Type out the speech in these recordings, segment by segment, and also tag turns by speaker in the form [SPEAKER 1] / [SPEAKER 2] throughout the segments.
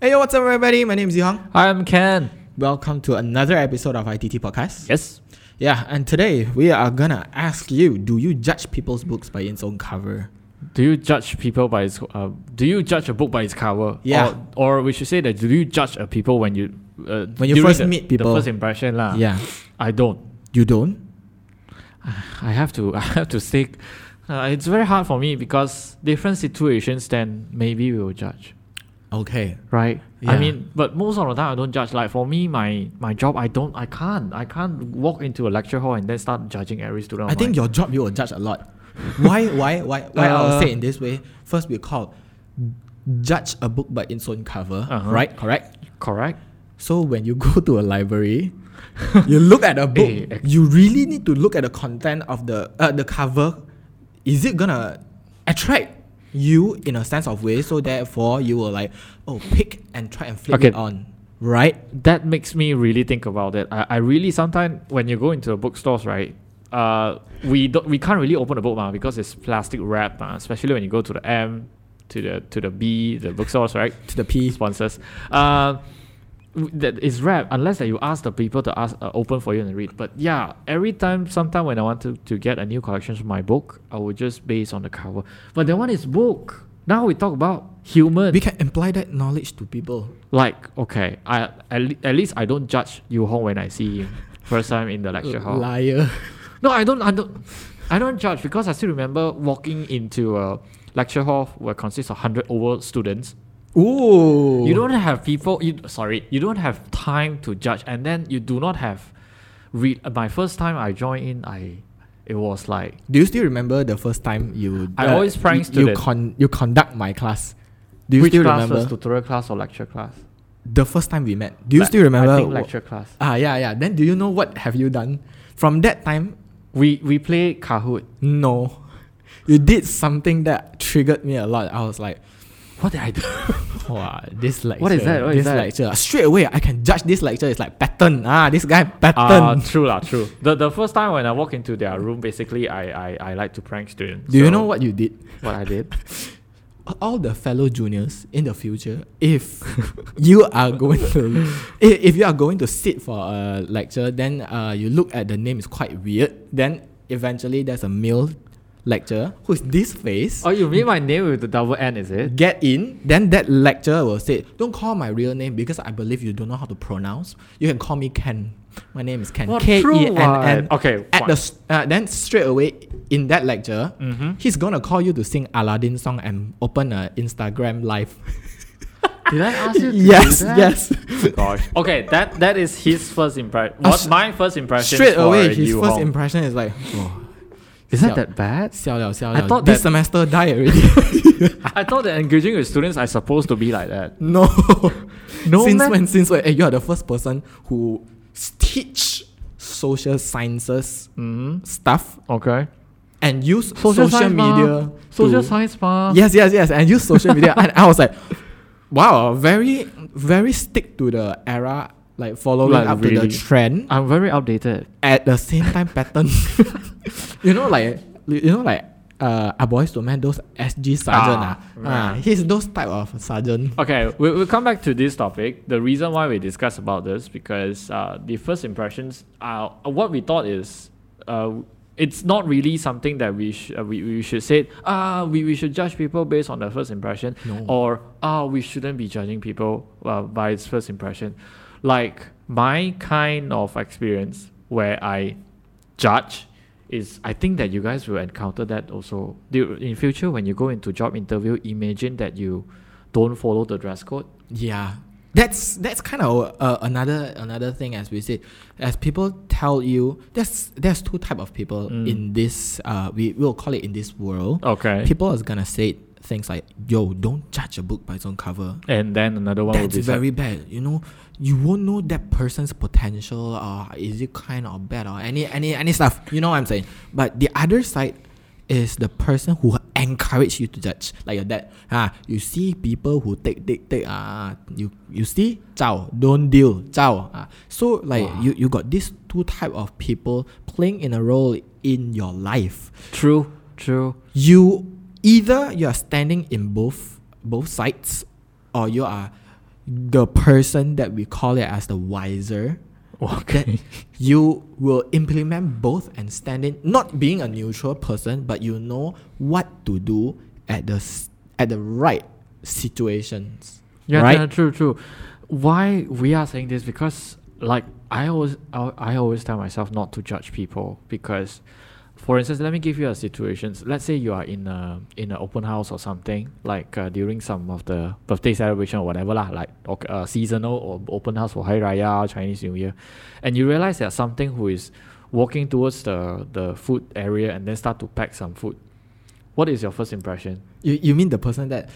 [SPEAKER 1] what's up, everybody? My name is Yuhang.
[SPEAKER 2] Hi, I'm Ken.
[SPEAKER 1] Welcome to another episode of ITT Podcast.
[SPEAKER 2] Yes.
[SPEAKER 1] Yeah, and today we are gonna ask you: Do you judge people's books by its own cover?
[SPEAKER 2] Do you judge people by its? Uh, do you judge a book by its cover?
[SPEAKER 1] Yeah.
[SPEAKER 2] Or, or we should say that do you judge a people when you uh,
[SPEAKER 1] When you
[SPEAKER 2] during
[SPEAKER 1] first
[SPEAKER 2] the-
[SPEAKER 1] meet people.
[SPEAKER 2] The first impression, lah.
[SPEAKER 1] Yeah,
[SPEAKER 2] I don't.
[SPEAKER 1] you don't.
[SPEAKER 2] I have to. I have to say, uh, it's very hard for me because different situations. Then maybe we will judge,
[SPEAKER 1] Okay.
[SPEAKER 2] right?
[SPEAKER 1] Yeah.
[SPEAKER 2] I mean, but most of the time I don't judge. Like for me, my my job, I don't. I can't. I can't walk into a lecture hall and then start judging every student.
[SPEAKER 1] I
[SPEAKER 2] of mine.
[SPEAKER 1] think your job you will judge a lot. why? Why? Why? Why? I'll
[SPEAKER 2] Uh,
[SPEAKER 1] say in this way. First, we call judge a book by its own cover.
[SPEAKER 2] Uh-huh.
[SPEAKER 1] Right? Correct.
[SPEAKER 2] correct.
[SPEAKER 1] So when you go to a library, you look at a book.
[SPEAKER 2] Eh, ex-
[SPEAKER 1] you really need to look at the content of the uh, the cover. Is it gonna attract you in a sense of way? So therefore, you will like oh pick and try and flip
[SPEAKER 2] Okay.
[SPEAKER 1] it on, right?
[SPEAKER 2] that makes me really think about it. I, I really sometimes when you go into the bookstores, right? Uh, we don't we can't really open the book, ma, because it's plastic wrap, ma, especially when you go to the M, to the to the B, the bookstores, right?
[SPEAKER 1] To the P.
[SPEAKER 2] Sponsors. Uh, w- that is wrapped unless that you ask the people to ask uh, open for you and read. But yeah, every time, sometime when I want to, to get a new collection for my book, I would just base on the cover. But that one is book. Now we talk about human
[SPEAKER 1] We can imply that knowledge to people.
[SPEAKER 2] like okay i at, le- at least i don't judge you hong when i see him first time in the lecture hall
[SPEAKER 1] Liar.
[SPEAKER 2] no i don't i don't i don't judge because i still remember walking into a lecture hall where consists of 100 over students
[SPEAKER 1] Ooh.
[SPEAKER 2] you don't have people you sorry you don't have time to judge and then you do not have read uh, my first time i joined in i it was like
[SPEAKER 1] Do you still remember the first time you? uh,
[SPEAKER 2] I always prank
[SPEAKER 1] you, you
[SPEAKER 2] student.
[SPEAKER 1] con you conduct my class. Do you
[SPEAKER 2] which
[SPEAKER 1] still
[SPEAKER 2] class
[SPEAKER 1] remember
[SPEAKER 2] was tutorial class or lecture class
[SPEAKER 1] the first time we met? Do you
[SPEAKER 2] Le-
[SPEAKER 1] still remember?
[SPEAKER 2] i think
[SPEAKER 1] wh-
[SPEAKER 2] lecture class
[SPEAKER 1] Ah, yeah, yeah. Then do you know what have you done? From that time,
[SPEAKER 2] we we play kahoot
[SPEAKER 1] no. You did something that triggered me a lot. I was like,
[SPEAKER 2] what did i do
[SPEAKER 1] wow, this lecture.
[SPEAKER 2] What is that? What
[SPEAKER 1] this
[SPEAKER 2] is that?"
[SPEAKER 1] lecture. Straight away, I can judge this lecture. It's like pattern. Ah, this guy
[SPEAKER 2] Ah,
[SPEAKER 1] pattern.
[SPEAKER 2] true lah, true. The the first time when I walk into their room, basically I I, I like to prank students.
[SPEAKER 1] do you
[SPEAKER 2] So,
[SPEAKER 1] know what you did?
[SPEAKER 2] what I did?
[SPEAKER 1] All the fellow juniors in the future, if you are going to, i- if you are going to sit for a lecture, then uh, you look at the name is quite weird. Then eventually, there's a male lecturer who's this face.
[SPEAKER 2] Oh, you mean my name with the double N, is it?
[SPEAKER 1] get in, then that lecturer will say, Don't call my real name because I believe you don't know how to pronounce. You can call me Ken. My name is Ken.
[SPEAKER 2] What?
[SPEAKER 1] K
[SPEAKER 2] True
[SPEAKER 1] E N N.
[SPEAKER 2] what? Okay,
[SPEAKER 1] At
[SPEAKER 2] fine.
[SPEAKER 1] the, s- uh, then straight away in that lecture,
[SPEAKER 2] Mhm.
[SPEAKER 1] he's gonna call you to sing Aladdin song and open an Instagram live.
[SPEAKER 2] Did I ask you? To
[SPEAKER 1] yes,
[SPEAKER 2] do that?
[SPEAKER 1] yes.
[SPEAKER 2] Gosh. Okay, that that is his first impression.
[SPEAKER 1] Uh,
[SPEAKER 2] What's
[SPEAKER 1] s-
[SPEAKER 2] my first impression?
[SPEAKER 1] straight
[SPEAKER 2] for
[SPEAKER 1] away, his
[SPEAKER 2] Yu
[SPEAKER 1] first
[SPEAKER 2] Hong?
[SPEAKER 1] impression is like, oh,
[SPEAKER 2] Is that
[SPEAKER 1] Yeah.
[SPEAKER 2] that bad?
[SPEAKER 1] xiao liao, xiao
[SPEAKER 2] I
[SPEAKER 1] liao.
[SPEAKER 2] thought
[SPEAKER 1] this
[SPEAKER 2] that-
[SPEAKER 1] semester die already.
[SPEAKER 2] I thought that engaging with students I supposed to be like that.
[SPEAKER 1] No.
[SPEAKER 2] No
[SPEAKER 1] Since
[SPEAKER 2] meh?
[SPEAKER 1] when? Since when? Hey, you are the first person who s- teach social sciences mm,
[SPEAKER 2] Mm-hmm.
[SPEAKER 1] stuff
[SPEAKER 2] Okay.
[SPEAKER 1] and use social,
[SPEAKER 2] Social, science mah.
[SPEAKER 1] media.
[SPEAKER 2] Social
[SPEAKER 1] to-
[SPEAKER 2] science ma.
[SPEAKER 1] Yes, yes, yes. And use social media. and I was like, wow, very, very stick to the era, like following
[SPEAKER 2] Like,
[SPEAKER 1] up to
[SPEAKER 2] really.
[SPEAKER 1] the trend
[SPEAKER 2] I'm very outdated.
[SPEAKER 1] at the same time pattern. you know, like you know, like uh, our boys to man those SG sergeant ah,
[SPEAKER 2] Ah,
[SPEAKER 1] ah,
[SPEAKER 2] right.
[SPEAKER 1] he's those type of sergeant.
[SPEAKER 2] Okay, we, we'll come back to this topic. The reason why we discuss about this because uh, the first impressions are uh, what we thought is uh, it's not really something that we sh- uh, we, we should say ah we, we should judge people based on their first impression
[SPEAKER 1] No.
[SPEAKER 2] or ah we shouldn't be judging people uh, by its first impression. Like my kind of experience where I judge is I think that you guys will encounter that also. Do you- In future, when you go into job interview, imagine that you don't follow the dress code.
[SPEAKER 1] Yeah, that's that's kind of uh, another another thing as we say, as people tell you, there's there's two type of people
[SPEAKER 2] Mm.
[SPEAKER 1] in this uh we will call it in this world.
[SPEAKER 2] Okay.
[SPEAKER 1] People is gonna say things like, "Yo, don't judge a book by its own cover."
[SPEAKER 2] and then another one
[SPEAKER 1] That's
[SPEAKER 2] will be
[SPEAKER 1] very bad. You know, you won't know that person's potential or is it kind or bad or any any any stuff. You know what I'm saying? But the other side is the person who encourage you to judge. Like your dad. Ah, you see people who take take take ah you you see Zhao, don't deal, Zhao. Ah. So like
[SPEAKER 2] Wow.
[SPEAKER 1] you, you got these two type of people playing in a role in your life
[SPEAKER 2] true, true.
[SPEAKER 1] you either you are standing in both both sides or you are the person that we call it as the wiser,
[SPEAKER 2] Okay.
[SPEAKER 1] you will implement both and stand in not being a neutral person, but you know what to do at the s- at the right situations.
[SPEAKER 2] Yeah,
[SPEAKER 1] right?
[SPEAKER 2] yeah, true, true. Why we are saying this because like I always I, I always tell myself not to judge people because for instance, let me give you a situation. Let's say you are in a in an open house or something like uh, during some of the birthday celebration or whatever lah, like oc- uh, seasonal or open house for Hari Raya, Chinese New Year, and you realize that something who is walking towards the the food area and then start to pack some food. What is your first impression?
[SPEAKER 1] You you mean the person that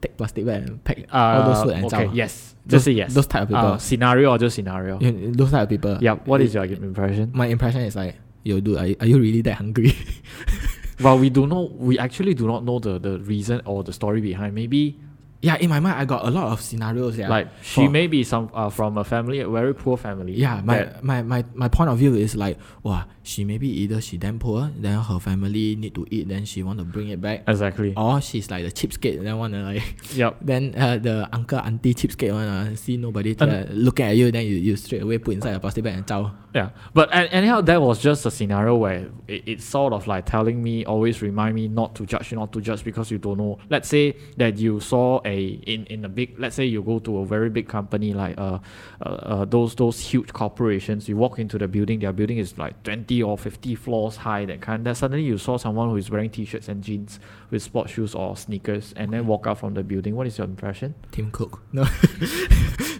[SPEAKER 1] take plastic bag and pack all those food and
[SPEAKER 2] Uh, okay,
[SPEAKER 1] zao?
[SPEAKER 2] yes.
[SPEAKER 1] Those-
[SPEAKER 2] Just say yes.
[SPEAKER 1] those type of people.
[SPEAKER 2] Uh, scenario or just scenario. Yeah.
[SPEAKER 1] You- those type of people.
[SPEAKER 2] What is your impression?
[SPEAKER 1] My impression is like, yo, dude, are, you- are you really that hungry?
[SPEAKER 2] Well, we do know. We actually do not know the, the reason or the story behind. Maybe
[SPEAKER 1] yeah, in my mind, I got a lot of scenarios. Yeah,
[SPEAKER 2] like she
[SPEAKER 1] for-
[SPEAKER 2] may be some uh, from a family, a very poor family.
[SPEAKER 1] Yeah, my,
[SPEAKER 2] that-
[SPEAKER 1] my, my, my point of view is like, wow, she maybe either she damn poor, then her family need to eat, then she want to bring it back,
[SPEAKER 2] exactly.
[SPEAKER 1] or she's like the cheapskate, then want to like,
[SPEAKER 2] Yep.
[SPEAKER 1] then uh, the uncle auntie cheapskate want to see nobody
[SPEAKER 2] And-
[SPEAKER 1] uh, looking at you, then you, you straight away put inside a plastic bag and chow.
[SPEAKER 2] Yeah. But an- anyhow, that was just a scenario where it, it's sort of like telling me, always remind me not to judge, not to judge because you don't know. Let's say that you saw a in in a big. Let's say you go to a very big company like uh, uh, uh those those huge corporations. You walk into the building. Their building is like twenty or fifty floors high. That kind. Then suddenly you saw someone who is wearing t-shirts and jeans with sports shoes or sneakers, and then walk out from the building. What is your impression?
[SPEAKER 1] Tim Cook. No,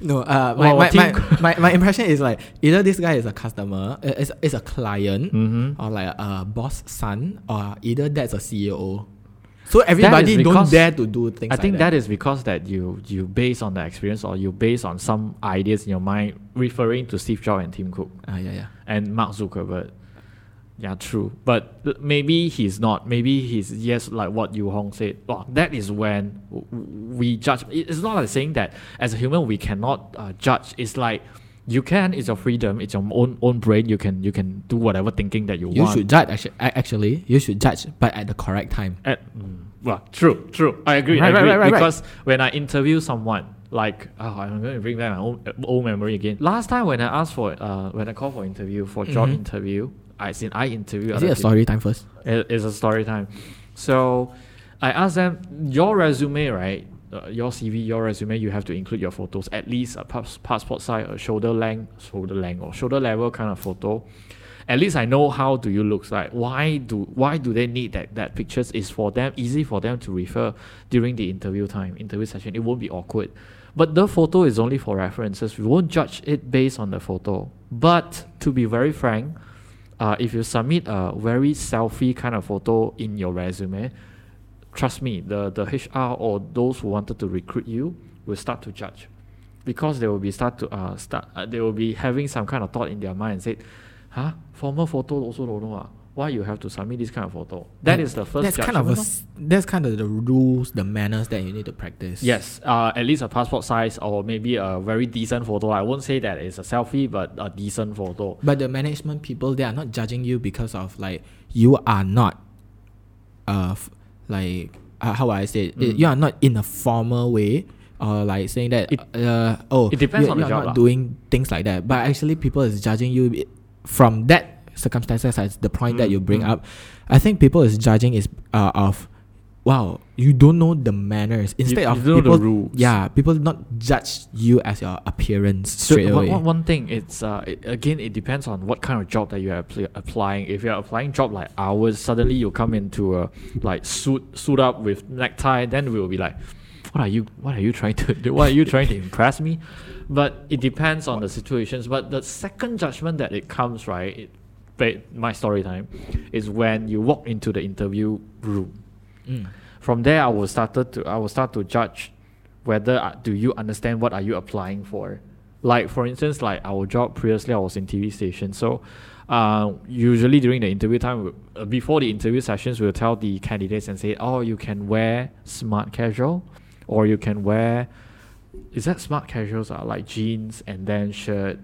[SPEAKER 1] no. Uh, my,
[SPEAKER 2] Wow,
[SPEAKER 1] my,
[SPEAKER 2] Tim
[SPEAKER 1] my,
[SPEAKER 2] Cook.
[SPEAKER 1] my, my impression is like either this guy is a customer, uh, is, is a client,
[SPEAKER 2] Mm-hmm.
[SPEAKER 1] or like a boss son, or either that's a CEO. So everybody don't
[SPEAKER 2] because-
[SPEAKER 1] dare to do things.
[SPEAKER 2] I think
[SPEAKER 1] like that.
[SPEAKER 2] that is because that you you base on the experience or you base on some ideas in your mind referring to Steve Jobs and Tim Cook
[SPEAKER 1] Ah, yeah, yeah.
[SPEAKER 2] and Mark Zuckerberg. Yeah, true. But l- maybe he's not. Maybe he's yes, like what Yu Hong said. Well, that is when w- w- we judge. it- It's not like saying that as a human we cannot uh, judge. It's like you can. It's your freedom. It's your own own brain. You can you can do whatever thinking that you,
[SPEAKER 1] You
[SPEAKER 2] want.
[SPEAKER 1] should judge actually, actually. You should judge, but at the correct time.
[SPEAKER 2] At, mm, well, true, true. I agree. I
[SPEAKER 1] Right, right,
[SPEAKER 2] agree.
[SPEAKER 1] right, right, right.
[SPEAKER 2] because when I interview someone, like oh, I'm going to bring back my own uh, old memory again. Last time when I asked for uh, when I called for interview for job
[SPEAKER 1] Mhm.
[SPEAKER 2] interview, I seen I interview.
[SPEAKER 1] Is
[SPEAKER 2] other
[SPEAKER 1] it a
[SPEAKER 2] people.
[SPEAKER 1] story time first?
[SPEAKER 2] It- it's a story time. So I asked them your resume, right? Uh, your CV, your resume, you have to include your photos, at least a pas- passport size, a shoulder length, shoulder length or shoulder level kind of photo. At least I know how do you look like. Why do why do they need that that pictures? Is for them easy for them to refer during the interview time, interview session. It won't be awkward. But the photo is only for references. We won't judge it based on the photo. But to be very frank, uh, if you submit a very selfie kind of photo in your resume, trust me, the, the HR or those who wanted to recruit you will start to judge because they will be start to uh, start uh, they will be having some kind of thought in their mind and said, huh, formal photo also don't know ah. Why you have to submit this kind of photo? That is the first.
[SPEAKER 1] That's kind of a.
[SPEAKER 2] judgment lor.
[SPEAKER 1] s- That's kind of the rules, the manners that you need to practice.
[SPEAKER 2] Yes, uh, at least a passport size or maybe a very decent photo. I won't say that it's a selfie, but a decent photo.
[SPEAKER 1] But the management people, they are not judging you because of like you are not, uh, f- like uh, how I say it,
[SPEAKER 2] Mm.
[SPEAKER 1] you are not in a formal way or like saying that
[SPEAKER 2] It-
[SPEAKER 1] uh oh
[SPEAKER 2] it depends
[SPEAKER 1] you,
[SPEAKER 2] on
[SPEAKER 1] you
[SPEAKER 2] the
[SPEAKER 1] are
[SPEAKER 2] job
[SPEAKER 1] not
[SPEAKER 2] lah.
[SPEAKER 1] doing things like that. But actually, people is judging you i- from that circumstances as the point that
[SPEAKER 2] Mm,
[SPEAKER 1] you bring
[SPEAKER 2] mm.
[SPEAKER 1] up. I think people is judging is uh, of. Wow, you don't know the manners. Instead
[SPEAKER 2] you
[SPEAKER 1] of
[SPEAKER 2] don't know the
[SPEAKER 1] people,
[SPEAKER 2] rules.
[SPEAKER 1] yeah, people not judge you as your appearance
[SPEAKER 2] So
[SPEAKER 1] straight
[SPEAKER 2] one,
[SPEAKER 1] away.
[SPEAKER 2] one, one thing, it's uh, it, again, it depends on what kind of job that you are appli- applying. If you are applying job like ours, suddenly you come into a like suit suit up with necktie, then we will be like, what are you? What are you trying to do? What are you trying to impress me? But it depends on the situations. But the second judgment that it comes right, it, ba- my story time, is when you walk into the interview room
[SPEAKER 1] Mm.
[SPEAKER 2] from there I will started to I will start to judge whether uh, do you understand what are you applying for like for instance like our job previously I was in TV station so uh, usually during the interview time we- uh, before the interview sessions we'll tell the candidates and say oh you can wear smart casual or you can wear is that smart casuals are like jeans and then shirt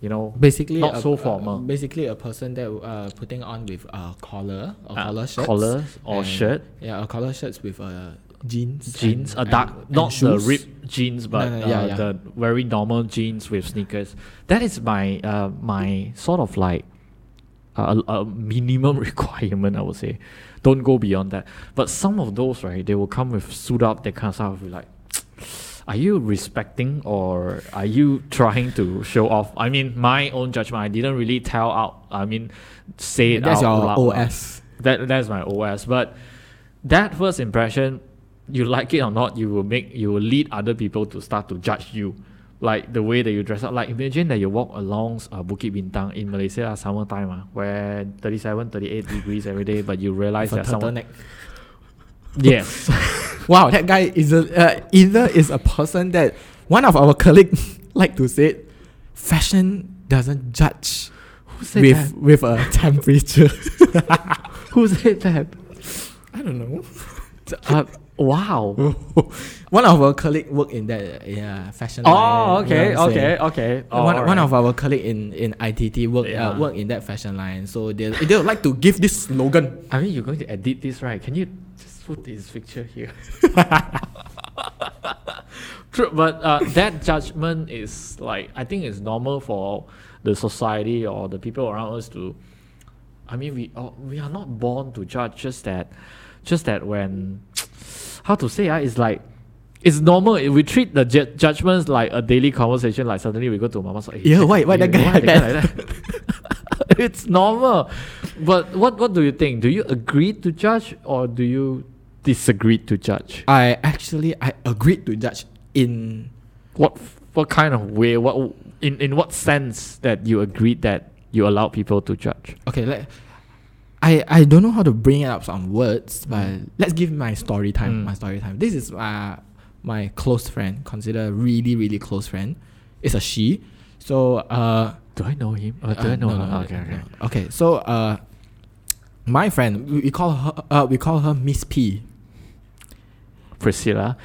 [SPEAKER 2] you know
[SPEAKER 1] basically uh,
[SPEAKER 2] not
[SPEAKER 1] a,
[SPEAKER 2] so
[SPEAKER 1] a-
[SPEAKER 2] formal
[SPEAKER 1] basically a person that uh putting on with a collar or
[SPEAKER 2] Uh,
[SPEAKER 1] collar shirts
[SPEAKER 2] collars or
[SPEAKER 1] and-
[SPEAKER 2] shirt.
[SPEAKER 1] yeah or collar shirts with a jeans.
[SPEAKER 2] jeans,
[SPEAKER 1] and-
[SPEAKER 2] a dark,
[SPEAKER 1] and- and
[SPEAKER 2] not the
[SPEAKER 1] shoes.
[SPEAKER 2] ripped jeans, but
[SPEAKER 1] no, yeah,
[SPEAKER 2] uh,
[SPEAKER 1] yeah.
[SPEAKER 2] the very normal jeans with sneakers. That is my uh, my sort of like uh, a, a minimum requirement, I would say. Don't go beyond that. But some of those, right, they will come with suit up. They kind of stuff. I'll be like, are you respecting or are you trying to show off? I mean, my own judgment. I didn't really tell out. I mean, say it
[SPEAKER 1] That's
[SPEAKER 2] out
[SPEAKER 1] your
[SPEAKER 2] loud.
[SPEAKER 1] OS.
[SPEAKER 2] That that's my OS. But that first impression, you like it or not, you will make you will lead other people to start to judge you. Like the way that you dress up. Like imagine that you walk along uh, Bukit Bintang in Malaysia uh, summertime uh, where 37, 38 degrees every day, but you realize
[SPEAKER 1] With a
[SPEAKER 2] that someone
[SPEAKER 1] turtleneck.
[SPEAKER 2] Yes.
[SPEAKER 1] Wow, that guy is a, uh, either is a person that one of our colleague like to say, fashion doesn't judge
[SPEAKER 2] Who said
[SPEAKER 1] with
[SPEAKER 2] that?
[SPEAKER 1] with a temperature.
[SPEAKER 2] Who said that?
[SPEAKER 1] I don't know.
[SPEAKER 2] Uh, wow.
[SPEAKER 1] one of our colleague work in that uh, yeah fashion.
[SPEAKER 2] Oh,
[SPEAKER 1] line, you
[SPEAKER 2] okay,
[SPEAKER 1] know what I'm
[SPEAKER 2] okay,
[SPEAKER 1] saying?
[SPEAKER 2] okay.
[SPEAKER 1] One
[SPEAKER 2] Oh,
[SPEAKER 1] one
[SPEAKER 2] alright.
[SPEAKER 1] of our colleague in in ITT work
[SPEAKER 2] Yeah.
[SPEAKER 1] uh, work in that fashion line, so they they would like to give this slogan.
[SPEAKER 2] I mean, you're going to edit this, right? Can you just put this picture here? True, but uh, that judgment is like I think it's normal for the society or the people around us to. I mean, we uh, we are not born to judge. Just that, just that when, how to say? Uh, it's like. It's normal. If we treat the ju- judgments like a daily conversation, like suddenly we go to mama's. Hey,
[SPEAKER 1] Yeah, why- why that guy like that?"
[SPEAKER 2] that? it's normal. But what what do you think? Do you agree to judge or do you disagree to judge?
[SPEAKER 1] I actually I agreed to judge in
[SPEAKER 2] What what kind of way? What in in what sense that you agreed that you allow people to judge?
[SPEAKER 1] okay let I, I don't know how to bring it up some words, but let's give my story time.
[SPEAKER 2] Mm.
[SPEAKER 1] My story time. This is uh, my close friend, consider really really close friend. It's a she. So uh,
[SPEAKER 2] Do I know him? Or do
[SPEAKER 1] uh,
[SPEAKER 2] I know
[SPEAKER 1] no, no,
[SPEAKER 2] her?
[SPEAKER 1] no,
[SPEAKER 2] okay,
[SPEAKER 1] no.
[SPEAKER 2] okay.
[SPEAKER 1] Okay, So uh, my friend, we, we call her uh, we call her Miss P.
[SPEAKER 2] Priscilla.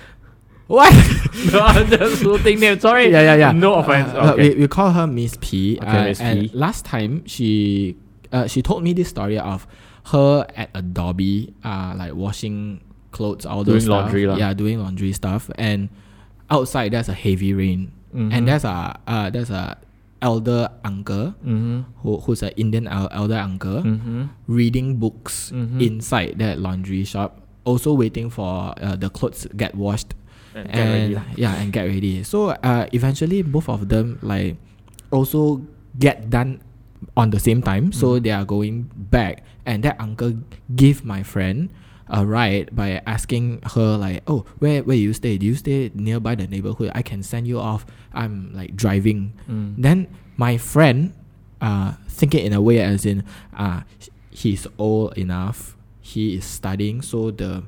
[SPEAKER 1] What?
[SPEAKER 2] no, I'm just putting name. Sorry.
[SPEAKER 1] Yeah, yeah, yeah.
[SPEAKER 2] No offense.
[SPEAKER 1] Uh, uh,
[SPEAKER 2] okay.
[SPEAKER 1] we, we call her Miss P.
[SPEAKER 2] Okay,
[SPEAKER 1] uh,
[SPEAKER 2] Miss P.
[SPEAKER 1] And last time she uh, she told me this story of her at Adobe, uh, like washing clothes, all
[SPEAKER 2] Doing
[SPEAKER 1] those stuff.
[SPEAKER 2] laundry lah.
[SPEAKER 1] Yeah, doing laundry stuff. And outside there's a heavy rain,
[SPEAKER 2] Mhm.
[SPEAKER 1] and there's a uh, there's a elder uncle
[SPEAKER 2] Mhm.
[SPEAKER 1] who, who's an Indian el- elder uncle
[SPEAKER 2] Mhm.
[SPEAKER 1] reading books
[SPEAKER 2] Mhm.
[SPEAKER 1] inside that laundry shop, also waiting for uh, the clothes get washed
[SPEAKER 2] And
[SPEAKER 1] and,
[SPEAKER 2] get ready lah.
[SPEAKER 1] yeah, and get ready. So uh, eventually, both of them like also get done on the same time. So they are going back, and that uncle gave my friend a ride by asking her like, "Oh, where where you stay? Do you stay nearby the neighborhood? I can send you off. I'm like driving."
[SPEAKER 2] Mm.
[SPEAKER 1] Then my friend, uh, thinking in a way as in, uh, sh- he's old enough, he is studying, so the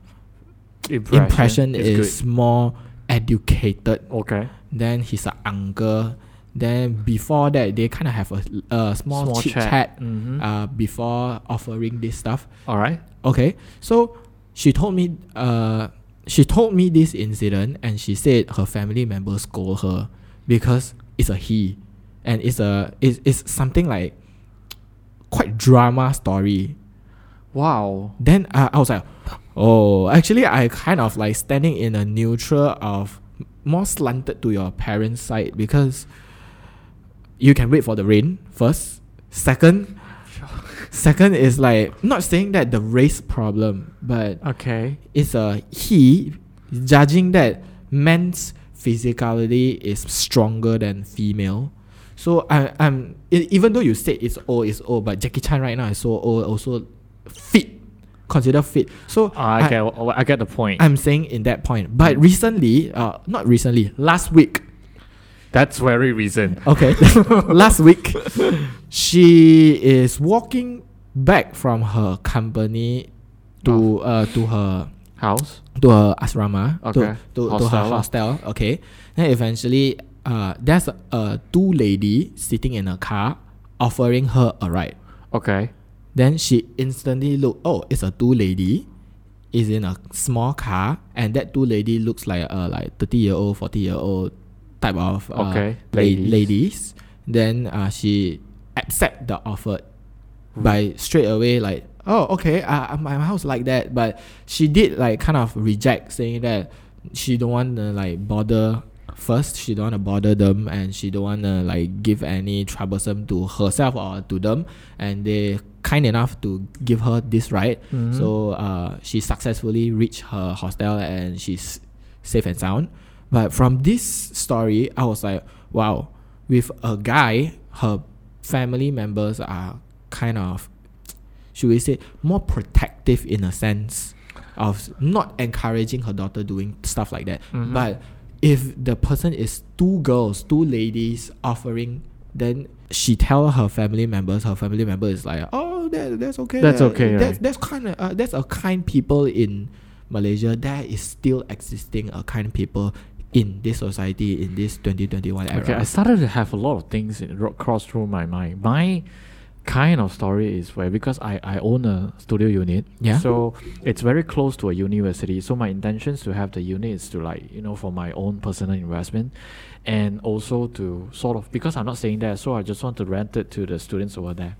[SPEAKER 2] Impression,
[SPEAKER 1] impression,
[SPEAKER 2] good.
[SPEAKER 1] is, more educated.
[SPEAKER 2] okay.
[SPEAKER 1] Then he's an uncle. Then before that, they kind of have a, a small,
[SPEAKER 2] Small
[SPEAKER 1] chit
[SPEAKER 2] chat.
[SPEAKER 1] chat
[SPEAKER 2] Mhm.
[SPEAKER 1] uh, before offering this stuff.
[SPEAKER 2] All right.
[SPEAKER 1] Okay, so she told me uh she told me this incident and she said her family members scold her because it's a he and it's a it's, it's something like quite drama story
[SPEAKER 2] Wow.
[SPEAKER 1] then uh, I was like, oh, actually, I kind of like standing in a neutral of more slanted to your parents' side because you can wait for the rain first. Second, second is like not saying that the race problem, but
[SPEAKER 2] Okay.
[SPEAKER 1] it's a he judging that men's physicality is stronger than female. So I I'm e- even though you said it's old, it's old, but Jackie Chan right now is so old, also fit, consider fit. So
[SPEAKER 2] Ah, I, get wh- I get the point.
[SPEAKER 1] I'm saying in that point. But recently, uh, not recently, last week,
[SPEAKER 2] That's very reason.
[SPEAKER 1] okay, last week, she is walking back from her company
[SPEAKER 2] Oh.
[SPEAKER 1] to uh to her
[SPEAKER 2] House.
[SPEAKER 1] to her asrama
[SPEAKER 2] Okay.
[SPEAKER 1] to, to, to her
[SPEAKER 2] Hostel lah.
[SPEAKER 1] hostel okay then eventually uh, there's a, a two lady sitting in a car offering her a ride
[SPEAKER 2] Okay.
[SPEAKER 1] then she instantly look oh it's a two lady is in a small car and that two lady looks like a like 30 year old 40 year old type of uh,
[SPEAKER 2] Okay,
[SPEAKER 1] la-
[SPEAKER 2] ladies.
[SPEAKER 1] ladies. then uh, she accept the offer by straight away like oh, okay, uh, uh, my house like that. But she did like kind of reject, saying that she don't want to like bother. First, she don't want to bother them, and she don't want to like give any troublesome to herself or to them. And they kind enough to give her this right.
[SPEAKER 2] Mhm.
[SPEAKER 1] So uh, she successfully reached her hostel, and she's safe and sound. But from this story, I was like, wow, with a guy, her family members are kind of, should we say, more protective in a sense of not encouraging her daughter doing stuff like that.
[SPEAKER 2] Mhm.
[SPEAKER 1] But if the person is two girls, two ladies offering, then she tell her family members, her family member is like, oh, that, that's okay.
[SPEAKER 2] That's
[SPEAKER 1] uh,
[SPEAKER 2] okay,
[SPEAKER 1] That's,
[SPEAKER 2] right?"
[SPEAKER 1] that's kind of uh, that's a kind people in Malaysia. There is still existing a kind people in this society in this 2021 era.
[SPEAKER 2] Okay, I started to have a lot of things in- ro- cross through my mind. My kind of story is where because I, I own a studio unit,
[SPEAKER 1] Yeah.
[SPEAKER 2] So it's very close to a university. So my intentions to have the unit is to like you know for my own personal investment, and also to sort of because I'm not staying there, so I just want to rent it to the students over there.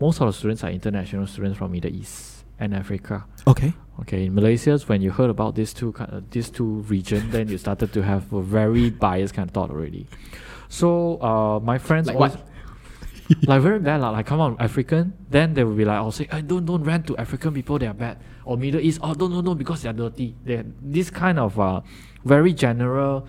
[SPEAKER 2] Most of the students are international students from Middle East and Africa.
[SPEAKER 1] okay.
[SPEAKER 2] Okay, in Malaysia, when you heard about these two kind of, these two region, then you started to have a very biased kind of thought already. So uh, my friends
[SPEAKER 1] Like
[SPEAKER 2] always-
[SPEAKER 1] what?
[SPEAKER 2] like very bad lah. Like come on, African. Then they will be like, I'll say, hey, don't don't rant to African people. They are bad. Or Middle East. Oh, don't don't don't because they are dirty. They this kind of uh, very general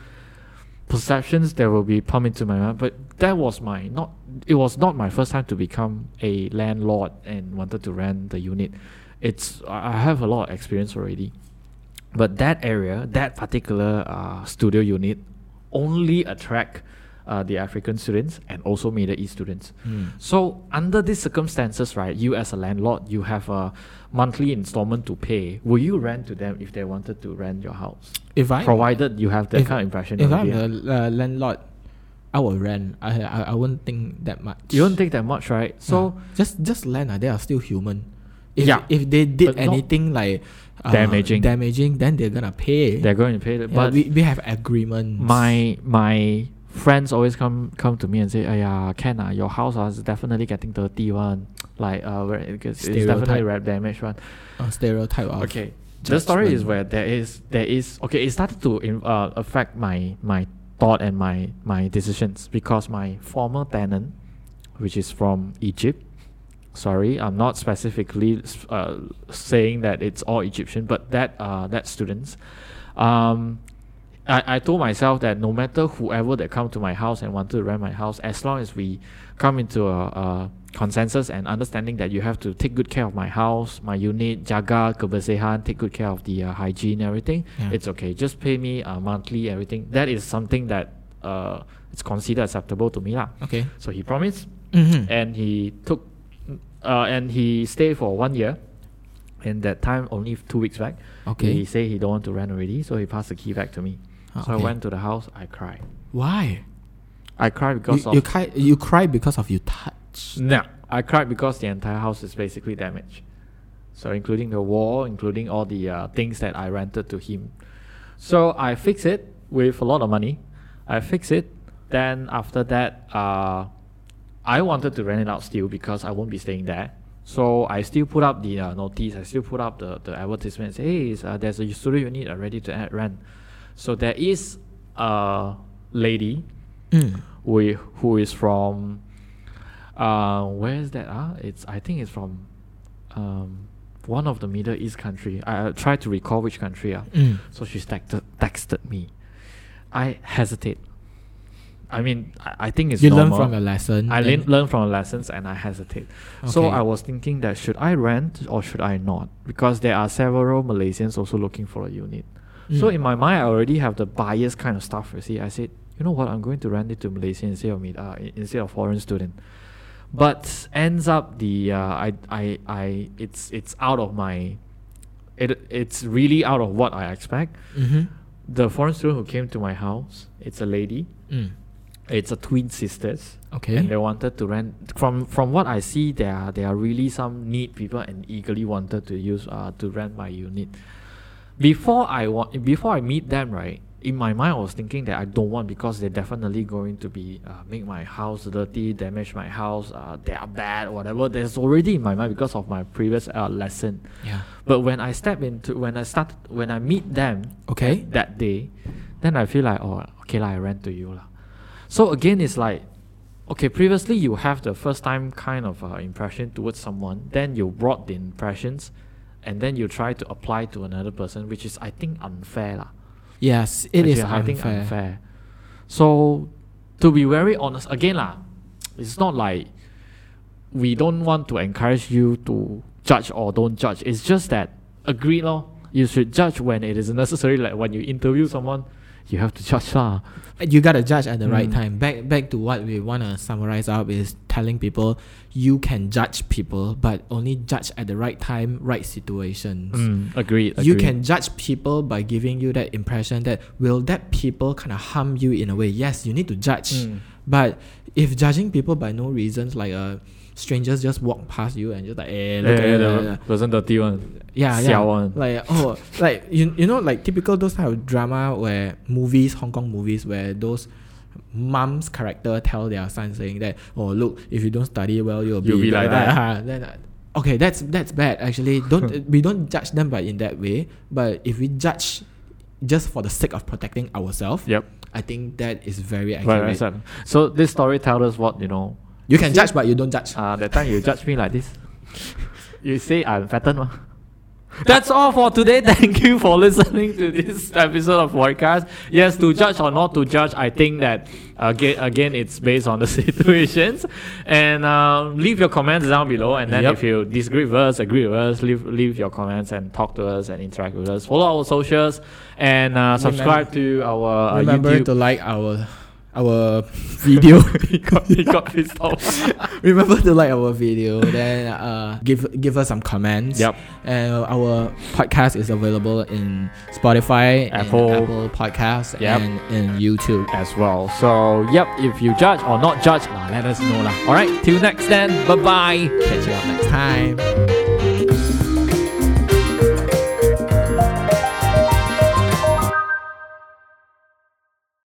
[SPEAKER 2] perceptions that will be pumped into my mind. But that was my not. It was not my first time to become a landlord and wanted to rent the unit. It's I I have a lot of experience already. But that area, that particular uh, studio unit, only attract uh, the African students and also Middle East students.
[SPEAKER 1] Hmm.
[SPEAKER 2] So under these circumstances, right, you as a landlord, you have a monthly installment to pay. Will you rent to them if they wanted to rent your house?
[SPEAKER 1] If I
[SPEAKER 2] Provided you have that
[SPEAKER 1] if-
[SPEAKER 2] kind of impression.
[SPEAKER 1] if I'm
[SPEAKER 2] already.
[SPEAKER 1] a uh, landlord, I will rent. I, I I won't think that much.
[SPEAKER 2] you don't take that much, right? So
[SPEAKER 1] Yeah. just just land. Uh, they are still human. If,
[SPEAKER 2] Yeah.
[SPEAKER 1] If they did
[SPEAKER 2] But not
[SPEAKER 1] anything like uh,
[SPEAKER 2] damaging.
[SPEAKER 1] damaging, then they're gonna pay.
[SPEAKER 2] they're going to pay it.
[SPEAKER 1] Yeah,
[SPEAKER 2] But
[SPEAKER 1] we, we have agreements.
[SPEAKER 2] my my friends always come come to me and say, "Aiyah, Ken, ah, your house ah, is definitely getting dirty one. Like uh, where it gets, it's definitely
[SPEAKER 1] Stereotype.
[SPEAKER 2] red damage one."
[SPEAKER 1] uh, stereotype of
[SPEAKER 2] okay the story is
[SPEAKER 1] judgment.
[SPEAKER 2] where there is there is okay it started to in- uh, affect my my thought and my my decisions because my former tenant which is from egypt sorry i'm not specifically s- uh, saying that it's all egyptian but that uh that students um I, I told myself that no matter whoever that come to my house and want to rent my house, as long as we come into a, a consensus and understanding that you have to take good care of my house, my unit, jaga kebersihan, take good care of the uh, hygiene, everything,
[SPEAKER 1] Yeah.
[SPEAKER 2] it's okay. Just pay me uh, monthly, everything. That is something that uh, it's considered acceptable to me lah.
[SPEAKER 1] Okay.
[SPEAKER 2] So he promised,
[SPEAKER 1] Mhm.
[SPEAKER 2] and he took, uh, and he stayed for one year. And that time only two weeks back,
[SPEAKER 1] Okay.
[SPEAKER 2] he said he don't want to rent already, so he passed the key back to me. So I
[SPEAKER 1] Okay.
[SPEAKER 2] went to the house. I cried.
[SPEAKER 1] Why?
[SPEAKER 2] I cried because
[SPEAKER 1] You,
[SPEAKER 2] of
[SPEAKER 1] you cry. You cry because of you touch.
[SPEAKER 2] no. I cried because the entire house is basically damaged. So including the wall, including all the uh, things that I rented to him. So I fix it with a lot of money. I fix it. Then after that, uh, I wanted to rent it out still because I won't be staying there. So I still put up the uh, notice. I still put up the, the advertisement. and Say, hey, it's, uh, there's a studio unit uh, ready to add rent. So there is a lady
[SPEAKER 1] Mm.
[SPEAKER 2] with, who is from uh, where is that? Ah, it's I think it's from um, one of the Middle East country. I, I try to recall which country. Ah.
[SPEAKER 1] Mm.
[SPEAKER 2] So she texted, texted me. I hesitate. I mean, I, I think it's
[SPEAKER 1] You learn
[SPEAKER 2] normal.
[SPEAKER 1] from your lesson.
[SPEAKER 2] I learn
[SPEAKER 1] then-
[SPEAKER 2] learn from lessons and I hesitate. So
[SPEAKER 1] Okay.
[SPEAKER 2] I was thinking that should I rent or should I not? Because there are several Malaysians also looking for a unit. So
[SPEAKER 1] Mm.
[SPEAKER 2] in my mind, I already have the bias kind of stuff. You see, I said, you know what, I'm going to rent it to Malaysian instead of me, uh, i- instead of foreign student. But ends up the uh, I I I it's it's out of my, it it's really out of what I expect.
[SPEAKER 1] Mhm.
[SPEAKER 2] The foreign student who came to my house, it's a lady.
[SPEAKER 1] Mm.
[SPEAKER 2] It's a twin sisters.
[SPEAKER 1] Okay.
[SPEAKER 2] And they wanted to rent from from what I see there are there are really some need people and eagerly wanted to use uh to rent my unit. Before I want before I meet them, right? in my mind, I was thinking that I don't want because they're definitely going to be uh, make my house dirty, damage my house. Uh, they are bad, whatever. There's already in my mind because of my previous uh, lesson.
[SPEAKER 1] Yeah.
[SPEAKER 2] But when I step into when I start when I meet them,
[SPEAKER 1] Okay.
[SPEAKER 2] that day, then I feel like oh okay lah, I rent to you lah. So again, it's like okay. Previously, you have the first time kind of uh, impression towards someone, then you brought the impressions, and then you try to apply to another person, which is I think unfair lah.
[SPEAKER 1] Yes, it is
[SPEAKER 2] Actually, I think
[SPEAKER 1] unfair.
[SPEAKER 2] unfair. So, to be very honest, again lah, it's not like we don't want to encourage you to judge or don't judge. It's just that agree lor. You should judge when it is necessary. Like when you interview someone, you have to judge lah.
[SPEAKER 1] You gotta judge at the right
[SPEAKER 2] Mm.
[SPEAKER 1] time. Back back to what we wanna summarize up is telling people you can judge people, but only judge at the right time, right situations.
[SPEAKER 2] Hmm, Mm, agreed,
[SPEAKER 1] You can judge people by giving you that impression that will that people kind of harm you in a way. Yes, you need to judge,
[SPEAKER 2] Mm.
[SPEAKER 1] but if judging people by no reasons, like uh, strangers just walk past you and just like, eh, look at you,
[SPEAKER 2] the person dirty one.
[SPEAKER 1] yeah, yeah,
[SPEAKER 2] Siao one.
[SPEAKER 1] like oh, like you you know like typical those type of drama where movies, Hong Kong movies, where those mom's character tell their son saying that oh look if you don't study well you'll,
[SPEAKER 2] You'll be
[SPEAKER 1] the-
[SPEAKER 2] like that."
[SPEAKER 1] Ah, then uh, okay that's that's bad actually don't we don't judge them by in that way but if we judge just for the sake of protecting ourselves
[SPEAKER 2] Yep.
[SPEAKER 1] I think that is very
[SPEAKER 2] Right,
[SPEAKER 1] accurate
[SPEAKER 2] right, sir. So this story tells us what you know.
[SPEAKER 1] you can judge but you don't judge
[SPEAKER 2] Uh, that time you judge me like this. You say I'm fattened, mah. That's all for today. Thank you for listening to this episode of podcast. Yes, to judge or not to judge, I think that again, again, it's based on the situations. And uh, leave your comments down below. And then
[SPEAKER 1] Yep.
[SPEAKER 2] if you disagree with us, agree with us, leave leave your comments and talk to us and interact with us. Follow our socials and uh, subscribe to our uh,
[SPEAKER 1] remember
[SPEAKER 2] YouTube.
[SPEAKER 1] to like our our video
[SPEAKER 2] he got, he got pissed off.
[SPEAKER 1] remember to like our video then uh give give us some comments
[SPEAKER 2] Yep.
[SPEAKER 1] and our podcast is available in spotify in
[SPEAKER 2] Apple.
[SPEAKER 1] apple podcast
[SPEAKER 2] Yep.
[SPEAKER 1] and in youtube
[SPEAKER 2] as well. So, yep, if you judge or not judge, lah, let us know. Lah. All right, till next then. Bye bye.
[SPEAKER 1] catch you up next time